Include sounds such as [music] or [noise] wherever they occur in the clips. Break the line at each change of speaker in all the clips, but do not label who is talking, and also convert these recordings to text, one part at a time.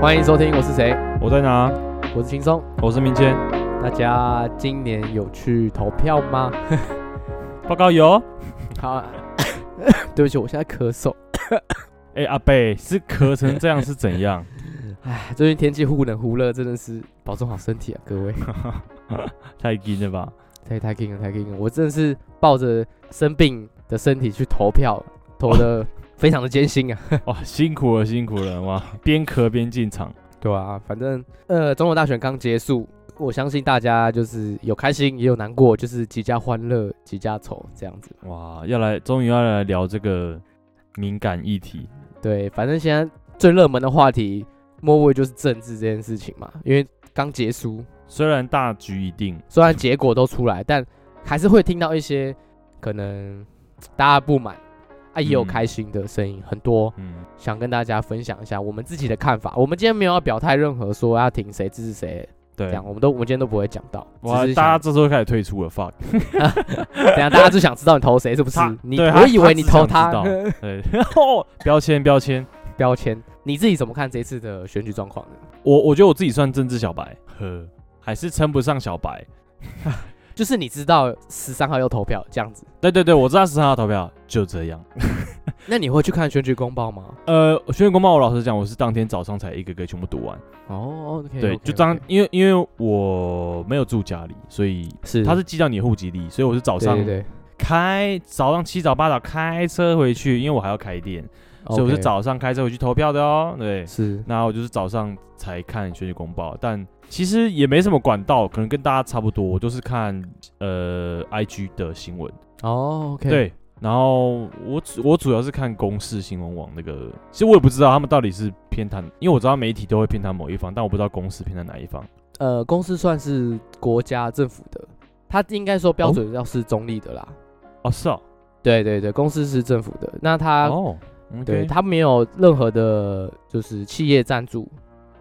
欢迎收听，我是谁？
我在哪？
我是轻松。
我是明谦。
大家今年有去投票吗？
报告有。
好 [laughs] 啊，对不起，我现在咳嗽。
哎、阿贝是咳成这样是怎样？
哎，最近天气忽冷忽热，真的是保重好身体啊，各位。
[laughs] 太硬了吧？
太太 king 了，太 king 了！我真的是抱着生病的身体去投票，投的非常的艰辛啊。
[laughs] 哇，辛苦了，辛苦了哇！边咳边进场，
[laughs] 对啊，反正呃，中国大选刚结束，我相信大家就是有开心也有难过，就是几家欢乐几家愁这样子。
哇，要来，终于要来聊这个敏感议题。
对，反正现在最热门的话题，莫过于就是政治这件事情嘛。因为刚结束，
虽然大局已定，
虽然结果都出来，但还是会听到一些可能大家不满啊，也有
嗯
开心的声音、很多。
嗯，
想跟大家分享一下我们自己的看法。我们今天没有要表态任何说要挺谁支持谁，这
对
样，我们都我们今天都不会讲到。
哇
只是，
大家
想
这时候开始退出了，fuck，
等一下大家就想知道你投谁是不是
他？
你
对
我
他
以为你投他
他只想知 [laughs] 对， [laughs] 哦，标签标签，
标签，你自己怎么看这次的选举状况呢？
我我觉得我自己算政治小白，呵，还是称不上小白。
就是你知道十三号要投票这样子，
对对对，我知道十三号投票就这样。
那你会去看选举公报吗？
呃，选举公报，我老实讲，我是当天早上才一个个全部读完。
哦，OK，
对，就当因为因为我没有住家里，所以
是
他是寄到你的户籍地，所以我是早上
对对对，
开早上七早八早开车回去，因为我还要开店，所以我是
OK，
早上开车回去投票的哦。对，
是
那我就是早上才看选举公报，但其实也没什么管道，可能跟大家差不多，我就是看呃 IG 的新闻。
哦，OK，
对，然后我主我主要是看公视新闻网那个，其实我也不知道他们到底是偏袒，因为我知道媒体都会偏袒某一方，但我不知道公视偏袒哪一方。
呃，公司算是国家政府的，它应该说标准要是中立的啦。
哦，是哦，
对对对，公司是政府的，那它、
哦，
啊嗯对
OK
它没有任何的，就是企业赞助，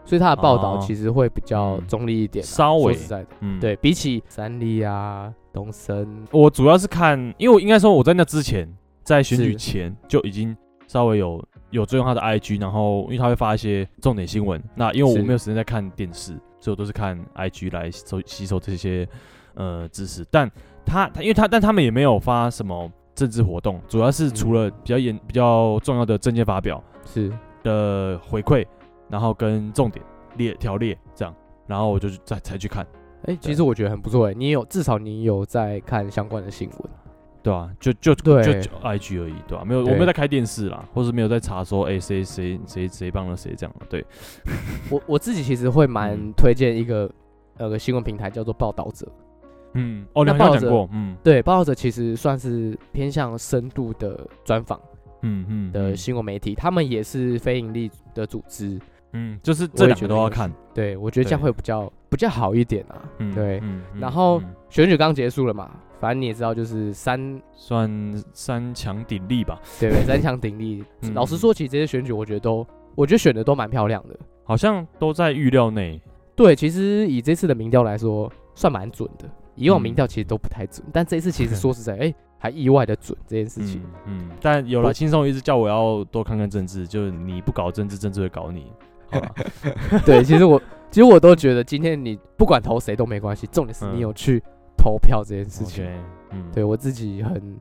所以它的报道
哦
其实会比较
嗯
中立一点啊、
稍
说
微
实在的，
嗯，
对比起三立啊、东森，
我主要是看，因为我应该说我在那之前，在选举
是
前就已经稍微有有追踪他的 IG，然后因为他会发一些重点新闻，那因为
是
我没有时间在看电视，所以我都是看 IG 来吸收吸收这些呃知识。但他他因为他但他们也没有发什么政治活动，主要是
嗯
除了比较严比较重要的政见发表
是
的回馈，然后跟重点列条列这样，然后我就去再才去看，
哎、其实我觉得很不错哎、你有至少你有在看相关的新闻，
对啊，就就
对
就就 IG 而已，对吧、啊没有，我
对
没有在开电视啦，或是没有在查说，哎、谁谁谁谁帮了谁这样的，对，
我我自己其实会蛮
嗯
推荐一个呃个新闻平台叫做报道者，
嗯，哦，你
那
好像
抱
讲
着
过，嗯
对，报道者其实算是偏向深度的专访
嗯嗯
的
嗯
新闻媒体，他们也是非盈利的组织。
嗯，就是
我
这
也
两
觉
个
得
都要
有趣
看，
对，我觉得这样
对
会比较比较好一点啊。
嗯，
对，
嗯，嗯
然后
嗯
选举刚结束了嘛，反正你也知道，就是三
算三强鼎立吧，
对不对？
[laughs]
三强鼎立。
嗯
老实说，其实这些选举我觉得都，我觉得选的都蛮漂亮的。
好像都在预料内，
对，其实以这次的民调来说，算蛮准的。以往民
嗯
调其实都不太准，但这一次其实说实在，哎，还意外的准这件事情
嗯。嗯，但有了
我
轻松一直叫我要多看看政治，就是你不搞政治，政治会搞
[laughs]
你，好吧 [laughs]
对，其实我其实我都觉得，今天你不管投谁都没关系，重点是你
嗯
有去投票这件事情。
，OK，嗯，
对我自己很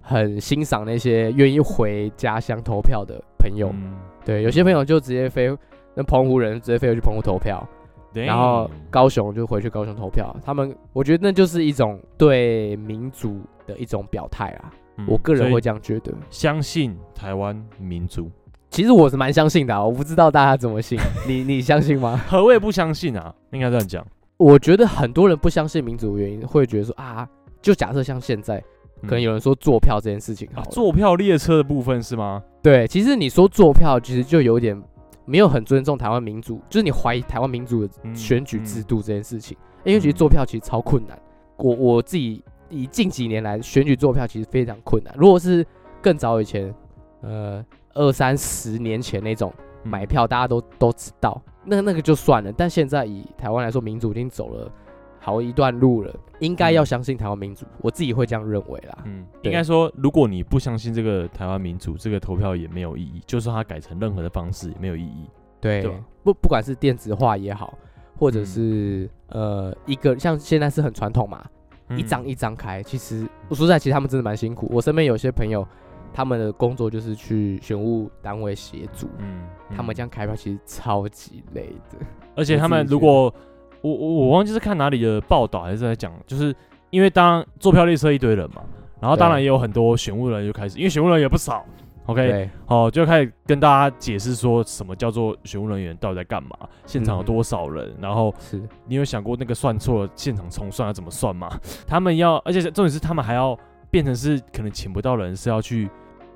很欣赏那些愿意回家乡投票的朋友。
嗯，
对，有些朋友就直接飞，那澎湖人直接飞回去澎湖投票，然后
damn
高雄就回去高雄投票。他们，我觉得那就是一种对民主的一种表态啦。
嗯
我个
所
人
以
会这样觉得。
相信台湾民主。
其实我是蛮相信的、啊，我不知道大家怎么信，你你相信吗？
何谓不相信啊？应该这样讲，
我觉得很多人不相信民主的原因，会觉得说啊，就假设像现在，
嗯
可能有人说坐票这件事情好
啊
了，
坐票列车的部分是吗？
对，其实你说坐票，其实就有点没有很尊重台湾民主，就是你怀疑台湾民主的
嗯
选举制
嗯
度这件事情。因为其实坐票其实超困难，我我自己以近几年来选举坐票其实非常困难。如果是更早以前，呃，二三十年前那种
嗯
买票大家都都知道，那那个就算了。但现在以台湾来说，民主已经走了好一段路了，应该要
嗯
相信台湾民主，我自己会这样认为啦。
嗯，
对
应该说，如果你不相信这个台湾民主，这个投票也没有意义，就算它改成任何的方式也没有意义。
对，
对吧
不不管是电子化也好，或者
嗯嗯
是、呃一个像现在是很传统嘛，一张一张开。其实我说实在，其实他们真的蛮辛苦。我身边有些朋友，他们的工作就是去选务单位协助，
嗯，嗯
他们这样开票其实超级累的。
而且他
我
们
自己
如
觉得
果我我我忘记是看哪里的报道还是在讲，就是因为当坐票列车一堆人嘛，然后当然
对
也有很多选务人就开始，因为选务人也不少，OK，
对，
好、就开始跟大家解释说什么叫做选务人员到底在干嘛，现场有
嗯
多少人，然后
是
你有想过那个算错了现场重算要怎么算吗？ [laughs] 他们要，而且重点是他们还要变成是可能请不到人，是要去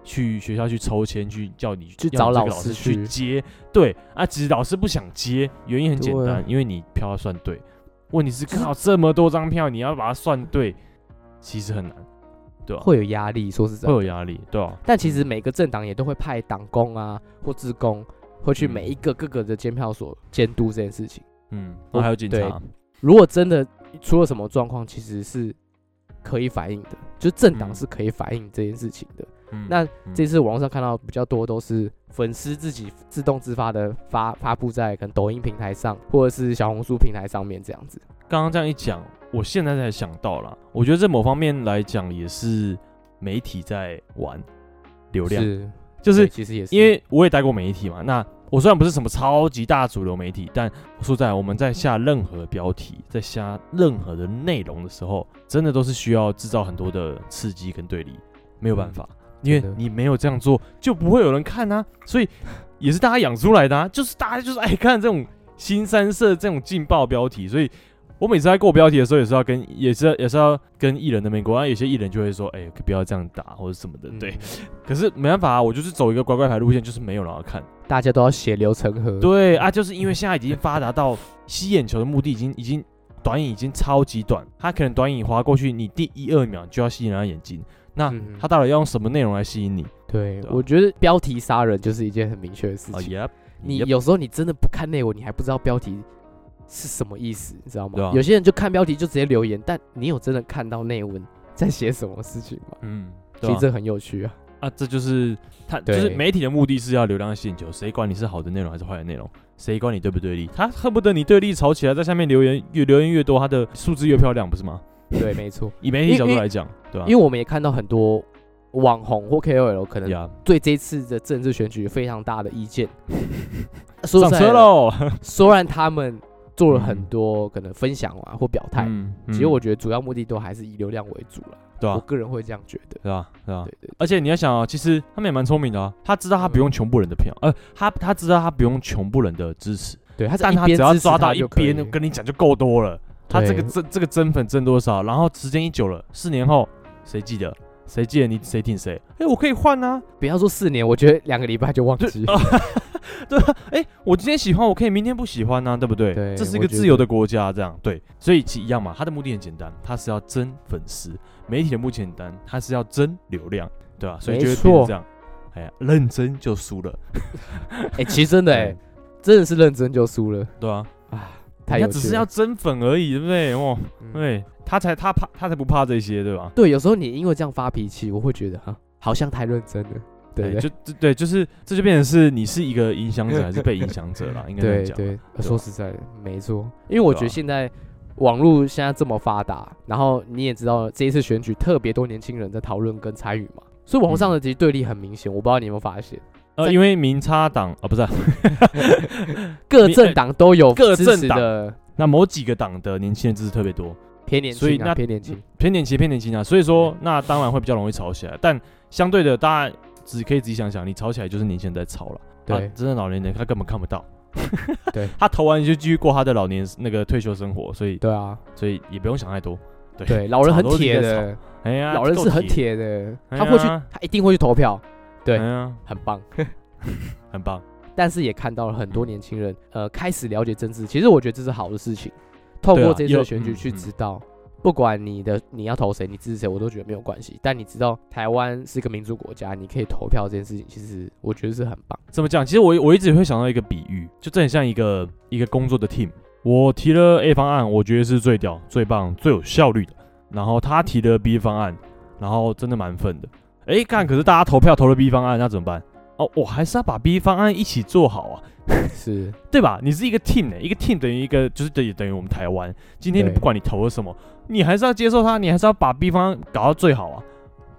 去学校去抽签，去叫你
去
要
找
这个
老
老
师
去
去
接。对啊，其实老师不想接，原因很简
对
单
啊，
因为你票要算对。问题是
就是
靠这么多张票，你要把它算对，其实很难，对吧、
会有压力，说实在
会，有压力，对吧、
但其实每个政党也都会派党工啊或职工，会去每一个各个的监票所监督这件事情。
嗯，
我
那还有警
对
察，
如果真的出了什么状况，其实是可以反映的，就是政党
嗯
是可以反映这件事情的。
嗯
那
嗯
这次网络上看到比较多都是粉丝自己自动自发的发发布在可能抖音平台上或者是小红书平台上面这样子。
刚刚这样一讲，我现在才想到啦。我觉得这某方面来讲也是媒体在玩流量，
是，
就
对
是
其实也是
因为我也待过媒体嘛。那我虽然不是什么超级大主流媒体，但说实在我们在下任何标题，在下任何的内容的时候，真的都是需要制造很多的刺激跟对立，没有办法，因为
嗯真的
你没有这样做，就不会有人看啊。所以也是大家养出来的、啊，就是大家就是爱看这种新三色这种劲爆标题，所以。我每次在过标题的时候，也是要跟，也是也是要跟艺人那边过，然后有些艺人就会说，哎、不要这样打或者什么的，对，
嗯
可是没办法啊，我就是走一个乖乖牌路线，就是没有人要看。
大家都要血流成河。
对啊，就是因为现在已经发达到吸眼球的目的已经已经短影已经超级短，它可能短影划过去，你第一二秒就要吸引人家眼睛。那
嗯
它到底要用什么内容来吸引你？
对
啊对啊
我觉得标题杀人就是一件很明确的事
啊
情。
，Yep，
你
Yep，
有时候你真的不看内文，你还不知道标题是什么意思，你知道吗？
对啊
有些人就看标题就直接留言，但你有真的看到内文在写什么事情吗？
嗯，
其
对
实
啊
这很有趣
[laughs]
啊。
啊，这就是它就
对
是媒体的目的是要流量吸眼球，谁管你是好的内容还是坏的内容？谁管你对不对立？他恨不得你对立吵起来，在下面留言越留言越多，他的数字越漂亮，不是吗？
对，没错，
以媒体角度来讲，对吧、
因为我们也看到很多网红或 KOL 可能
呀
对这次的政治选举有非常大的意
[laughs]
见。说
上
实在
车
的，
喽！
虽然他们做了很
嗯
多可能分享啊或表态，
嗯，
其实我觉得主要目的都还是以流量为主了。
对
我
啊，
个人会这样觉得。
对啊，对啊
对。对
而且你要想啊，其实他们也蛮聪明的啊，他知道他不用全部人的票，呃，他他知道他不用全部人的支持，
对，嗯他是
但
一
他只
边
要
支持
抓到一
就可以
边，跟你讲就够多了。他这个
对
这这个真粉挣多少？然后时间一久了，四年后谁记得？谁记得你谁挺谁？哎，我可以换啊，
不要说四年，我觉得两个礼拜就 [laughs] 忘
[laughs] 对
记。
啊，对啊，哎，我今天喜欢，我可以明天不喜欢啊，对不对？
对
这是一
我
个
觉
自由的国家，这样对，所以其实一样嘛，他的目的很简单，他是要争粉丝，媒体的目的很简单，他是要争流量，对吧、所以
没
就会变成
错
这样，哎呀，认真就输了，
哎、其实真的哎、
哎
真的是认真就输了
对啊，
啊！太
人家
有
只
趣
是要
了。
争粉而已，对不对？哦，
嗯
对，他才他怕他才不怕这些，对吧？
对，有时候你因为这样发脾气，我会觉得哈，好像太认真了，对
哎
不对？
就就对，就是这就变成是你是一个影响
[laughs]
者还是被影响者啦，应该这
对
样讲。啊
对，
吧
说实在的，没错，因为我觉
对
得
啊
现在网络现在这么发达，然后你也知道这一次选举特别多年轻人在讨论跟参与嘛，所以网络上的其实对立很明显，我不知道你有没有发现，
呃，
在
因为民差党啊，不是啊、
各
你
政党都有
哎各
支
政
持
党
的
那某几个党的年轻人支持特别多，
偏年
所以
轻啊，
那
偏年轻，
偏年轻偏年轻啊，所以说那当然会比较容易吵起来，但相对的，大家只可以自己想想，你吵起来就是年轻人在吵了，
对
啊、真的老年人他根本看不到，
对，
[laughs] 他投完就继续过他的老年那个退休生活，所以
对啊，
所以也不用想太多，对
对，老人很
[laughs] 吵都是
铁
在吵
的。
哎呀，
老人
够
是很，铁的，
哎
他会去
呀，
他一定会去投票，对
哎呀，
很棒。
很棒，
但是也看到了很多年轻人，呃，开始了解政治。其实我觉得这是好的事情，透
对啊
过这次
有
的选
嗯
举去
嗯
知道，不管你的你要投谁，你支持谁，我都觉得没有关系。但你知道台湾是一个民主国家，你可以投票这件事情，其实我觉得是很棒。
怎么讲？其实我我一直会想到一个比喻，就这很像一个一个工作的 team。我提了 A 方案，我觉得是最屌、最棒、最有效率的。然后他提了 B 方案，然后真的蛮愤的。诶，干！可是大家投票投了 B 方案，那怎么办？哦，我还是要把 B 方案一起做好啊，
是
对吧？你是一个 team 欸呢、一个 team 等于一个就是等于等于我们台湾，今天你
对
不管你投了什么，你还是要接受它，你还是要把 B 方案搞到最好啊，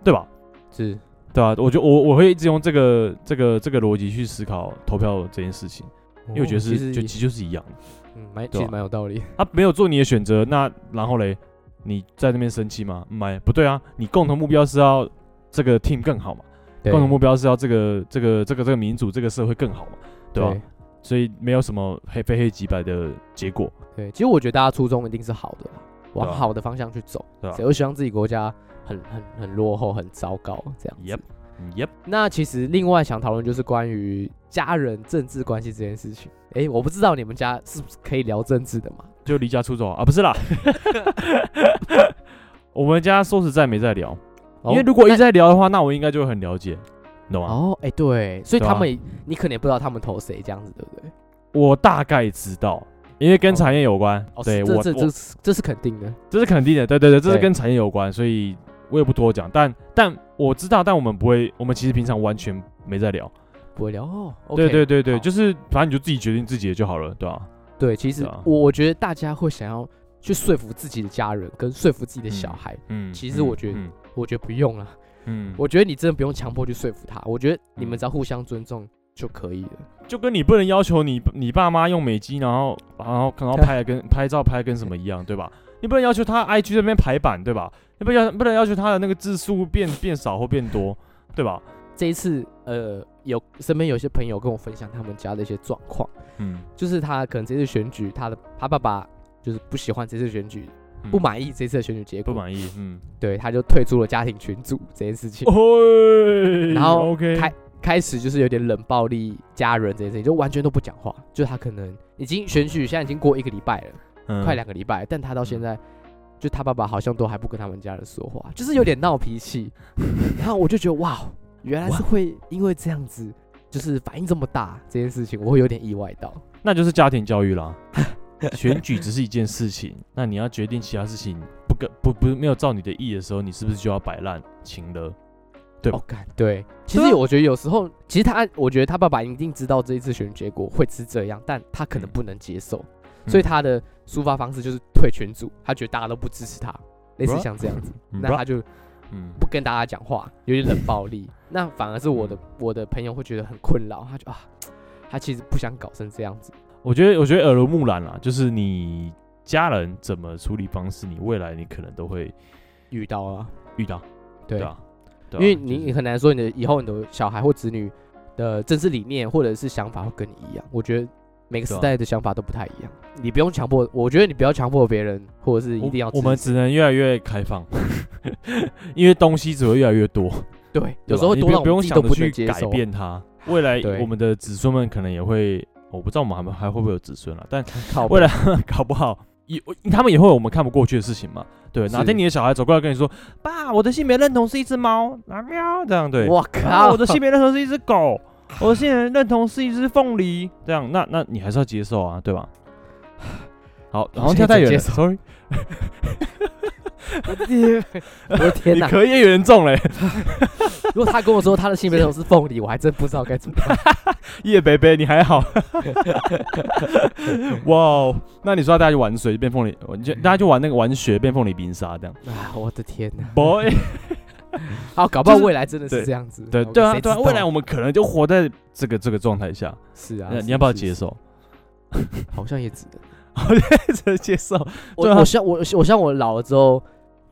对吧？
是，
对啊，我觉得我我会一直用这个这个这个逻辑去思考投票这件事情，因为我觉得
哦其
是
实
就
也
其实就是一样的。
嗯蛮
对
其实
啊
蛮有道理，
他没有做你的选择，那然后嘞，你在那边生气吗？没，不对啊，你共同目标是要这个 team 更好嘛，
对
共同目标是要这个这个这个这个民主这个社会更好嘛，对啊吧、所以没有什么黑非黑即白的结果，
对，其实我觉得大家初衷一定是好的啦，往
对啊
好的方向去走，
对啊吧
谁会希望自己国家很很很落后、很糟糕这样子
Yep？Yep，嗯
那其实另外想讨论就是关于家人政治关系这件事情。诶，我不知道你们家是不是可以聊政治的嘛？
就离家出走啊，啊不是
[laughs]
啦，我们家说实在没在聊，
哦
因为如果一直
那
在聊的话，那我应该就会很了解，你懂吗？
哦，诶，对，所以
对啊
他们也、你可能也不知道他们投谁这样子，对不对？
我大概知道，因为跟
哦
产业有关，
哦，
对
是这
我
这
我
这是这是肯定的，
这是肯定的，对对对，这是
对
跟产业有关，所以我也不多讲。但但我知道，但我们不会，我们其实平常完全没在聊。
不会聊哦。
对对对对，就是是反正你就自己决定自己的就好了，对吧、
对。其实
对啊
我我觉得大家会想要去说服自己的家人，跟说服自己的小孩，
嗯，
其实我觉得
嗯，
我觉得不用了。
嗯，我
我觉得你真的不用强迫去说服他，我觉得你
嗯
们只要互相尊重就可以了。
就跟你不能要求你你爸妈用美机，然后然后然后
[laughs]
拍得跟拍照拍得跟什么一样，对吧？你不能要求他 IG 那边排版，对吧？你不要不能要求他的那个字数变变少或变多，对吧？
这一次，呃，有身边有些朋友跟我分享他们家的一些状况，
嗯，
就是他可能这次选举，他的他爸爸就是不喜欢这次选举，
嗯
不满意这次的选举结
不
果，
满意，嗯，
对，他就退出了家庭群组这件事情，
哦，
然后
OK，
开 [laughs] 开始就是有点冷暴力家人这件事情，就完全都不讲话，就他可能已经选举现在已经过一个礼拜了，
嗯
快两个礼拜，但他到现在，就他爸爸好像都还不跟他们家人说话，就是有点闹脾
[laughs]
气。然后我就觉得哇，原来是会因为这样子，就是反应这么大这件事情，我会有点意外到。
那就是家庭教育
[laughs]
啦。选举只是一件事情，那你要决定其他事情不跟不不没有照你的意的时候，你是不是就要摆烂情了？对啊
哦，感对，其实我觉得有时候，其实他，我觉得他爸爸一定知道这一次选举结果会是这样，但他可能
嗯
不能接受，所以他的抒发方式就是退群组，他觉得大家都不支持他，类似
Bruh
像这样子，
嗯
那他就
嗯
不跟大家讲话，有点冷暴
[laughs]
力。那反而是我
嗯
的我的朋友会觉得很困扰，他就啊，他其实不想搞成这样子。
我觉得我觉得耳濡目染啦，就是你家人怎么处理方式，你未来你可能都会
遇到啊，
遇到，
对，
啊，对
因
啊
为
就
你
是
你很难说你的以后你的小孩或子女的政治理念或者是想法会跟你一样。我觉得每个时
对啊
代的想法都不太一样，你不用强迫，我觉得你不要强迫别人，或者是一定要
我我们
支
只能越来越开放， [laughs] 因为东西只会越来越多。
持对，
对
有
吧
时候
你
多
不
到
不
我
用
们自己
想
都
着
不能
去
接
改
受。啊
变它。未来
对
我们的子孙们可能也会，我不知道我们还没还会不会有子孙啊了，但
靠
未来 [laughs] 搞不好也他们也会有我们看不过去的事情嘛。对，哪
是
天你的小孩走过来跟你说：“爸，我的性别认同是一只猫。”啊喵，这样对。
我
啊，
靠！
我的性别认同是一只狗，我的性别认同是一只凤梨。这样，那那你还是要接受啊，
[sighs]
对吧？好，好像跳太远了
接受
，sorry。
我的 [laughs] 我的天
[laughs] 你
哪！
可以有人中嘞，
如果他跟我说他的性别认同是凤梨，我还真不知道该怎么办。
叶北北，你还 [laughs] 好？哇哦，那你说大家就玩水变凤梨，我就大家就玩那个玩雪变凤梨冰沙这样
[laughs] 啊，我的天哪！
[laughs] ，boy，
[laughs] 好，搞不好
就是
未来真的是
对
这样子。
对
我
对啊
谁
对啊，
知道
未来我们可能就活在这个这个状态下，
是啊
那，
是
你要不要
是
接
是
受？啊
好像也值得。
这 [laughs] 接受，
我
对啊
我希望我我希望我老了之后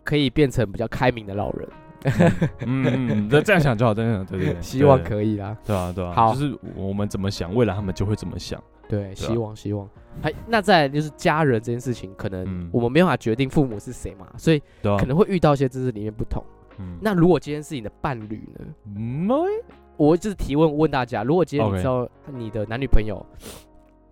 可以变成比较开明的老人， [laughs]
嗯嗯，嗯那这样想就好，这样想，对 [laughs] 对对，
希望
对
可以啦。
对啊，对啊，
好
就是我们怎么想，未来他们就会怎么想。啊
对，希望希望。还那再来就是家人这件事情，可能
嗯
我们没办法决定父母是谁嘛，所以
对啊，
可能会遇到一些知识理念不同。
嗯，
那如果今天是你的伴侣呢？
嗯，
我就是提问问大家，如果今天你
OK
知道你的男女朋友，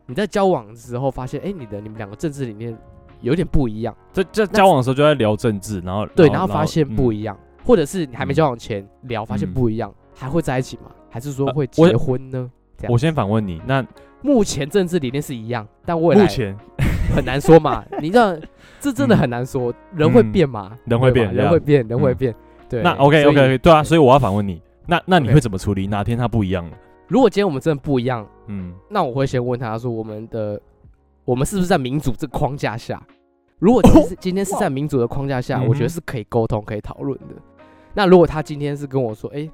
你在交往的时候发现，哎，你的你们两个政治理念有点不一样。
这这交往的时候就在聊政治，然后嗯
对，然后发现不
一
一样，或者是你还没
嗯
交往前聊，发现
嗯
不一样，还会在一起吗？还是说
呃
会
我
结婚呢？这样
我先反问你，那
目前政治理念是一样，但未
目
来
前
很难说
[laughs]
嘛。你知道，这真的很难说，人会
嗯
变嘛？
人会
对吧
变
人
对
会
啊
变，人会
嗯
变。对，
那 OK
所以
OK，对啊，所以我要反问你，那那你
OK
会怎么处理？哪天他不一样了？
如果今天我们真的不一样，
嗯，
那我会先问他说，我们的我们是不是在民主这个框架下？如果今天是今天是在民主的框架下，
嗯哼
我觉得是可以沟通、可以讨论的。那如果他今天是跟我说，哎、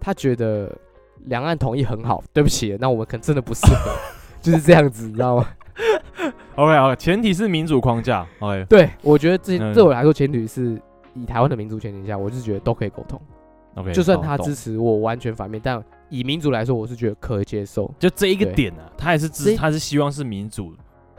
他觉得两岸统一很好，对不起，那我们可能真的不适
[laughs]
合，就是这样子，你知道吗？
OK 啊，前提是民主框架。OK，
对，我觉得这
嗯
对我来说，前提是以台湾的民主前提下，我是觉得都可以沟通，
OK，
就算
好
他
懂
支持我完全反面，但以民主来说，我是觉得可以接受。
就这一个
对
点啊，他也是
这
支，
一
他是希望是民主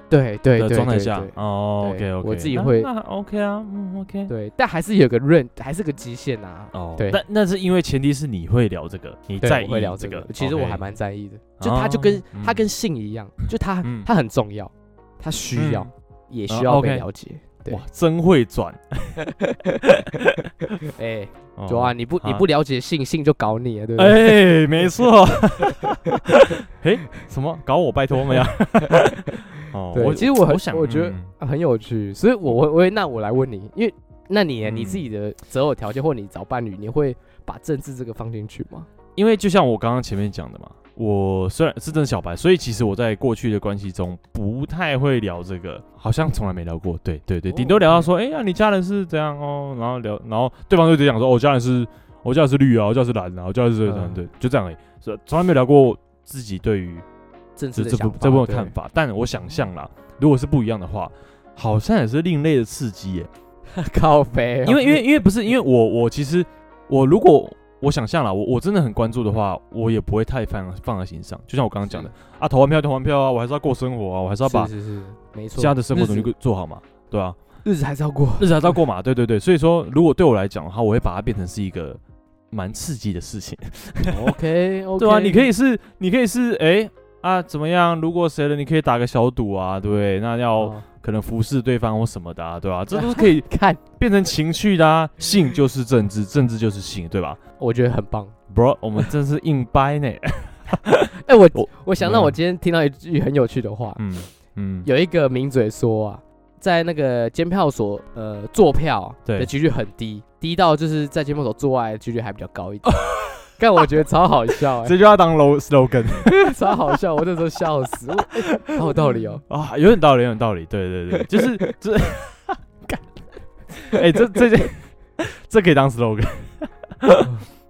对对
的
对
状态
对
下
对。
哦，OK
对
OK，
我自己会
那那 OK 啊，嗯 OK，
对，但还是有个 range，还是个极限啊。
哦，
对
但那是因为前提是你会聊这个，你
对
在
我
意
会聊
这
个，其实我
OK 哦
还蛮在意的。就他就跟他跟性一样，就他
嗯
他很重要，他需要
嗯
也
啊
需要
，OK
被了解。对
哇，真会转，
哎，
哦
九啊，你不你
啊
不了解性，性就搞你了，对不对？
哎，没错， [laughs] 哎，什么搞我？拜
[laughs]
托没有。哦，
对
我
其实我很
我想，
我觉得
嗯
啊很有趣，所以我会我会那我来问你，因为那你呢
嗯
你自己的择偶条件或你找伴侣，你会把政治这个放进去吗？
因为就像我刚刚前面讲的嘛，我虽然是真的小白，所以其实我在过去的关系中不太会聊这个，好像从来没聊过。对对对，
哦
顶多聊到说，哎、呀、你家人是怎样哦，然后聊，然后对方就直接讲说，哦，我家人是，我家人是绿啊，我家人是蓝啊，我家人是这样、
嗯
对，就这样而已，是从来没有聊过自己对于
政治
这
的
这部
想
这部
法
分看
对
法，但我想象啦，如果是不一样的话，好像也是另类的刺激耶、
[laughs] 靠背哦，
因为因为因为不是因为我我其实我如果我想象了，我我真的很关注的话，我也不会太放放在心上。就像我刚刚讲的啊，投完票投完票啊，我还是要过生活啊，我还是要把
是是是没嗯错，
家的生活
日
努力
子
做好嘛，对啊，
日子还是要过，
日子还是要过嘛，对对对。所以说，如果对我来讲的话，我会把它变成是一个蛮刺激的事情，
OK OK，
[laughs] 对啊，你可以是你可以是哎、啊怎么样？如果谁了，你可以打个小赌啊，对不对？那要
哦
可能服侍对方或什么的、啊，对吧、
[laughs]
这都是可以
看，
变成情绪的啊。性就是政治，政治就是性，对吧？
我觉得很棒。
bro，我们真是硬掰呢。
[laughs] 哎、我
我
我想
嗯
到我今天听到一句很有趣的话，
[laughs] 嗯嗯，
有一个名嘴说啊，在那个监票所呃坐票啊
对
的几率很低，低到就是在监票所做爱的几率还比较高一点。 [laughs] 但我觉得超好笑、
[laughs] [laughs] 这就要当 low slogan
哎，超好笑，我那时候笑死，我哎好有道理哦。
啊，有点道理，有点道理。对对 [laughs] 对，就是这，干哎，这这这 [laughs] 这可以当 [laughs] slogan。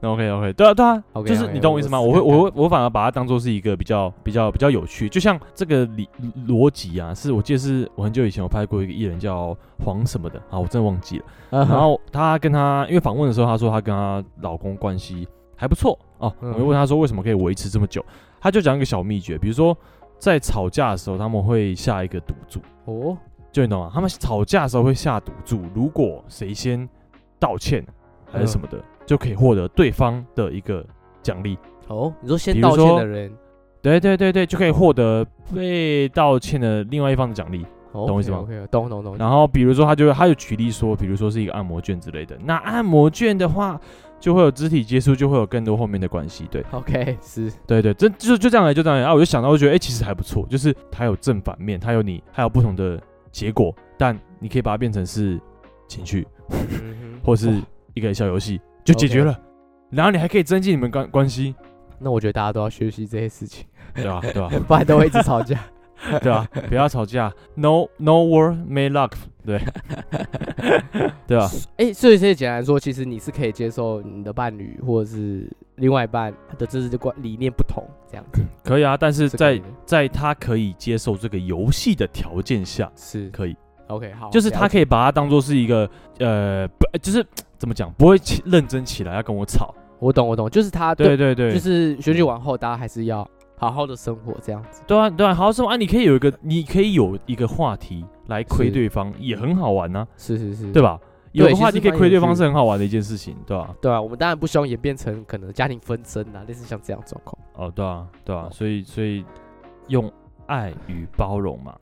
OK OK，对啊对啊
OK，
就是
OK，
你懂我意思吗？
我试看看
我会我会我反而把它当做是一个比较比较比较有趣，就像这个理逻辑啊，是我记得是我很久以前我拍过一个艺人叫黄什么的啊，我真的忘记了。
然
[laughs] 然后她跟她，因为访问的时候，她说她跟她老公关系还不错哦。
嗯
我就问她说为什么可以维持这么久，她就讲一个小秘诀，比如说在吵架的时候，他们会下一个赌注，
哦，
就你懂吗？他们吵架的时候会下赌注，如果谁先道歉还是什么的，就可以获得对方的一个奖励。
哦，你说
比
先
如
道歉
说
的人，
对对对对，就可以获得被道歉的另外一方的奖励。
懂
懂我意思吗
？OK，懂哦懂懂。
然后比如说他就他就举例说，比如说是一个按摩券之类的，那按摩券的话就会有肢体接触，就会有更多后面的关系。对
OK，是
对对，这就就这样来就这样来啊！我就想到，我觉得哎、诶其实还不错，就是它有正反面，它有你还有不同的结果，但你可以把它变成是情绪
嗯哼
或是
哇
一个小游戏就解决了。然后你还可以增进你们关关系，
那我觉得大家都要学习这些事情，
对吧、对吧、
不然都会一直吵架。
对吧、不要吵架，No No war may luck，对， [laughs] 对吧、
哎、所以所以简单来说，其实你是可以接受你的伴侣或者是另外一半的政治观理念不同这样子，
可以啊，但是
是
在
可以的
在他可以接受这个游戏的条件下，
是
可以，
OK 好，
就是他可
以
以把它当做是一个呃，不，就是怎么讲，不会起认真起来要跟我吵。
我懂我懂，就是他
对对对，
啊就是选举完后，大家还是要好好的生活这样子，
对啊对啊，好什么啊？你可以有一个，你可以有一个话题来亏
是
对方，也很好玩呐、
是是是，
对
吧？
吧？
嗯
有
对
个
其
话
实
题可以
蛮
亏
有趣
对方是
的
很好玩的一件事情，对吧、
对啊，我们当然不希望演变成可能家庭纷争啊，类似像这样的状况。
哦，对啊对啊
哦，
所以所以用爱与包
[laughs]
容嘛，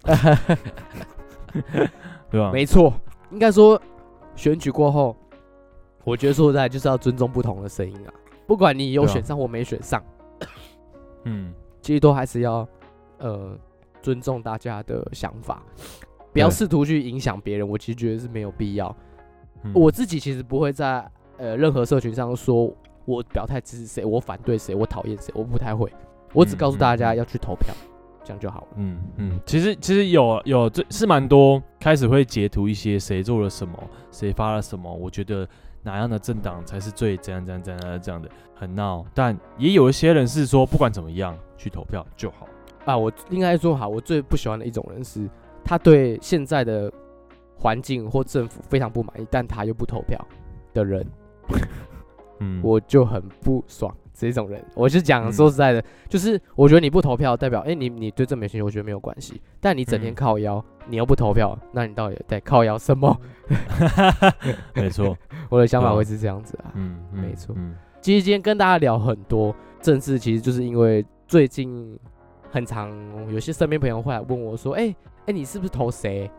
对吧、
没错，应该说选举过后，我觉得说实在就是要尊重不同的声音啊，不管你有
对啊
选上或没选上，
嗯，
其实都还是要呃尊重大家的想法，不要
对
试图去影响别人。我其实觉得是没有必要。
嗯
我自己其实不会在呃任何社群上说我表态支持谁，我反对谁，我讨厌谁，我不太会，我只告诉大家
嗯嗯嗯
要去投票，这样就好了。
嗯嗯，其实其实有有这是蛮多，开始会截图一些谁做了什么，谁发了什么，我觉得哪样的政党才是最怎样怎样怎样的这样的，很闹。但也有一些人是说，不管怎么样去投票就好。
啊，我应该说好，我最不喜欢的一种人是，他对现在的环境或政府非常不满意，但他又不投票的人，
嗯，
我就很不爽。这种人，我是讲
嗯
说实在的，就是我觉得你不投票代表，哎、你你对这没兴趣，我觉得没有关系。但你整天
嗯
靠腰，你又不投票，那你到底在靠腰什么？ [laughs]
没错，
我的想法
对啊
会是这样子啊。
嗯，嗯
没错
嗯
其实今天跟大家聊很多政治，其实就是因为最近很常有些身边朋友会来问我说：“哎、哎、你是不是投谁？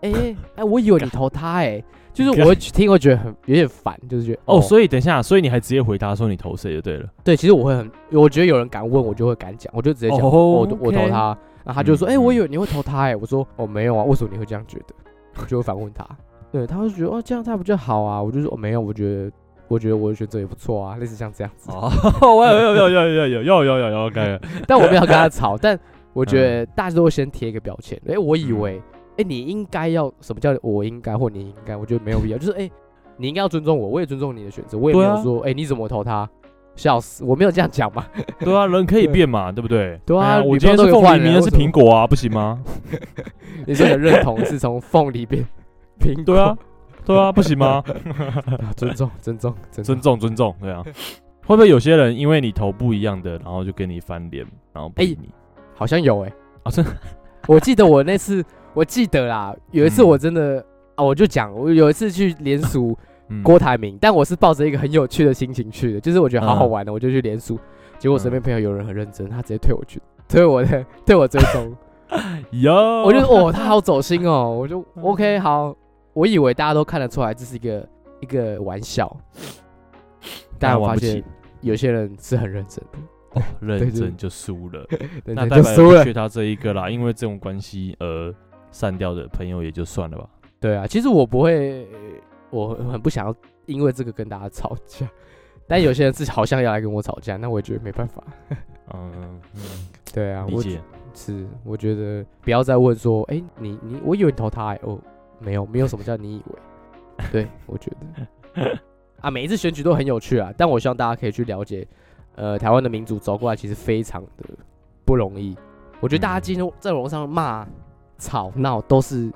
哎、哎、我以为
[laughs]
你投他哎、就是我会去听，会觉得很有点烦，就是觉得
哦，
以
所以等一下，所以你还直接回答说你投谁就对了。
对，其实我会很，我觉得有人敢问我就会敢讲，我就直接讲、
哦
我我
OK
投他，然后他就说：
嗯
哎、我以为你会投他哎、我说：哦，没有啊，为什么你会这样觉得？我就会反问他，对，他会觉得哦这样他比较好啊，我就说哦没有，我觉得我觉得我的选择也不错啊，类似像这样子。
哦，我有有有有有有有有有有 OK，
[laughs] 但我没有跟他吵，但我觉得
嗯
大家都会先贴一个标签。哎、我以为，哎、你应该要什么叫我应该或你应该？我觉得没有必要，就是哎、你应该要尊重我，我也尊重你的选择，我也没
对啊
有说，哎、你怎么投他？笑死，我没有这样讲嘛。
对啊，人可以变嘛，对不对？
对啊
哎呀
女
我今
朋友
天
都
是
可以
凤
换
梨，
了
明天是
为什么
苹果啊，不行吗？
[laughs] 你说你的认同是从缝里边苹果，
[laughs]
啊
对啊，对啊，不
[laughs]
行吗？
尊重，尊重，尊重
尊。重尊重，
[laughs]
对啊。会不会有些人因为你投不一样的，然后就跟你翻脸，然后不理
哎
你？
好像有哎、
哦真
我记得我那次，我记得啦，有一次
嗯
我真的、啊，我就讲，我有一次去联署 [laughs]
嗯
郭台铭，但我是抱着一个很有趣的心情去的，就是我觉得好好
嗯
玩的，我就去联署，结果我身边朋友有人很认真，他直接退我去，退我的，退我追踪，
有，
[laughs] 我就哦，他好走心哦，我就
嗯
OK 好，我以为大家都看得出来这是一个一个玩笑，但我
玩
发
不
现
起
有些人是很认真的，
哦，认
对对
真就输了，
对
那
对，
代
就
表
输了
缺。他这一个啦，因为这种关系而散掉的朋友也就算了吧。
对啊，其实我不会，我很不想要因为这个跟大家吵架， [laughs] 但有些人是好像要来跟我吵架，那我也觉得没办法。 [laughs]
嗯，嗯
对啊，
理
我
解。
是我觉得不要再问说，哎、你你，我以为你投他、欸，哦，没有，没有什么叫你以为，对我觉得啊，每一次选举都很有趣啊，但我希望大家可以去了解，呃，台湾的民主走过来其实非常的不容易。我觉得大家今天在网络上骂、吵闹都是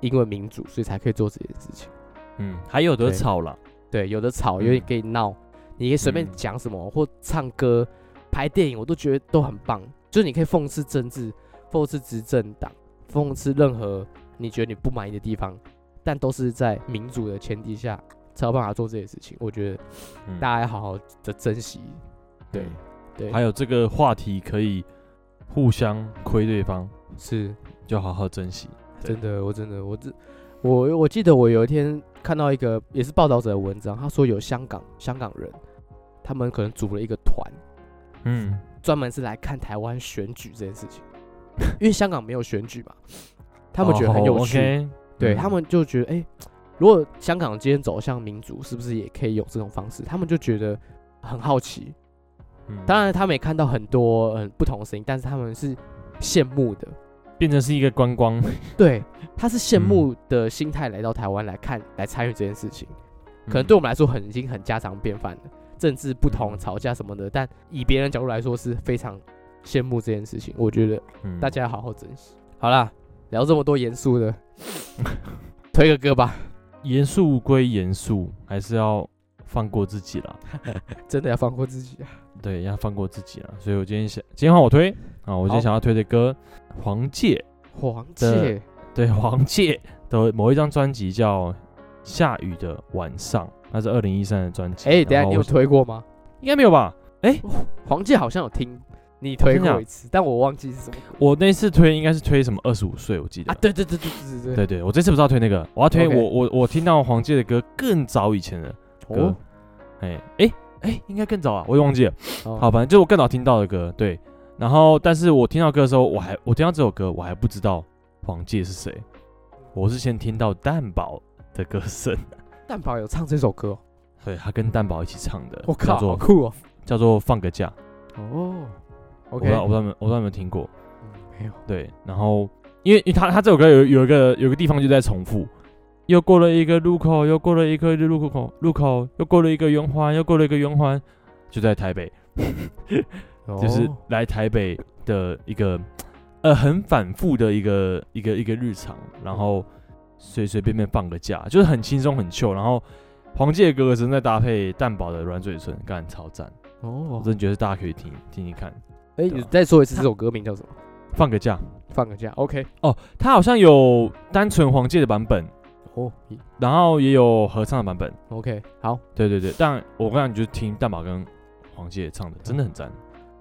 因为民主，所以才可以做这些事情。
嗯，还有的
对
吵啦，
对，有的吵，
嗯
有点可以闹，你可以随便
嗯
讲什么、或唱歌、拍电影，我都觉得都很棒。就是你可以讽刺政治、讽刺执政党、讽刺任何你觉得你不满意的地方，但都是在民主的前提下才有办法做这些事情。我觉得
嗯
大家要好好的珍惜。对
嗯
对，
还有这个话题可以互相亏对方，
是
就好好珍惜。对
真的，我真的，我这我我记得我有一天看到一个也是报道者的文章，他说有香港香港人，他们可能组了一个团，
嗯，
专门是来看台湾选举这件事情， [laughs] 因为香港没有选举嘛，他们觉得很有趣，
哦，OK，
对
嗯
他们就觉得，哎、如果香港今天走向民主，是不是也可以有这种方式？他们就觉得很好奇。
嗯
当然，他们也看到很多嗯不同的声音，但是他们是羡慕的，
变成是一个观光，
对，他是羡慕的心态来到台湾来看来参与这件事情。 [laughs] 可能对我
们
们来说很已经很家常便饭了，政治不同、
嗯
吵架什么的，但以别人角度来说是非常羡慕这件事情。我觉得
嗯
大家要好好珍惜。好啦，聊这么多严肃的，推个歌吧，
严肃归严肃，还是要放过自己啦。
真的要放过自己啊！
对，要放过自己啦。所以我今天想，今天换我推啊，我
好
今天想要推的歌，黄玠，
黄玠，
对， [laughs] 黄玠的某一张专辑叫《下雨的晚上》，那是二零一三的专辑。
哎、等一
然
下
后
你有推过吗？
应该没有吧？
黄玠好像有听你推
真的
过
啊
一次，但我忘记是什么歌
我那次推应该是推什么二十五岁，我记得
啊？。对对对对对对
对对，我这次不是要推那个，我要推
OK
我我我听到黄玠的歌更早以前的，
对，
歌，哎哎哎，应该更早啊，我也忘记了。
哦
好，，反正就是我更早听到的歌，对。然后，但是我听到歌的时候，我还我听到这首歌，我还不知道黄玠是谁，我是先听到蛋宝的歌声，
[laughs] 蛋宝有唱这首歌哦，
对他跟蛋宝一起唱的，
我
叫
靠，好
做
酷哦！
叫做放个假。
哦
我
，OK，
不知道，我不知道你们，我不知道你们听过。
没有，
对，然后因为因为他他这首歌有有一个有一个地方就在重复，又过了一个路口，又过了一个路口，路口又过了一个圆环，又过了一个圆环，就在台北，就是
哦
来台北的一个呃很反复的一个一个一个日常，然后随随便便放个假，就是很轻松很 chill，然后。黄玠的哥哥声再搭配蛋堡的软嘴唇，干超赞！我
哦，
真的觉得大家可以听听听看，
哎，你再说一次这首歌名叫什么？
放个假
放个假，OK，
哦。他好像有单纯黄玠的版本，
哦
然后也有合唱的版本。
，OK，好，
对对对，但我刚才就听蛋宝跟黄玠唱的，真的很赞，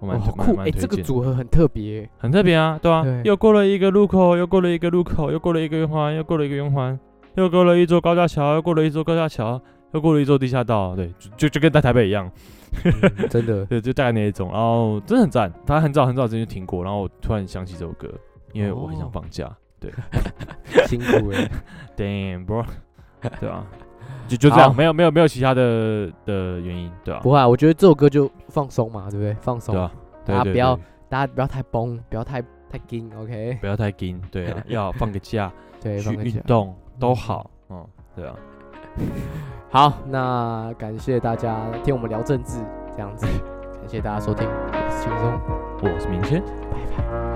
我
哇，
蛮、
好
蛮
酷，
蛮
哎，
推
这个
荐的
组合很特别欸，
很特别啊，对啊
对
又过了一个路口，又过了一个路口，又过了一个圆环，又过了一个圆环，又过了一座高架桥，又过了一座高架桥，又过了一座地下道，对，就就就跟在台北一样，，
嗯真的
对，就大概那一种，然后真的很赞。他很早很早之前就听过，然后我突然想起这首歌，因为我很想
哦
放假、
辛苦哎，
d a m n bro，
[laughs]
对啊，就就这样，
好
没有没有没有其他的的原因，对啊，
不会啊，我觉得这首歌就放松嘛，对不对？放松
对，啊，对
大家
对
不要
对
大家不要太崩，不要太太紧，OK，
[laughs] 不要太紧，对啊，要放个假，
[laughs] 对，
去
放个
运
假。
动都好，嗯，对啊，
好，那感谢大家听我们聊政治这样子，感谢大家收听，我是轻松，
我是明谦。
拜拜。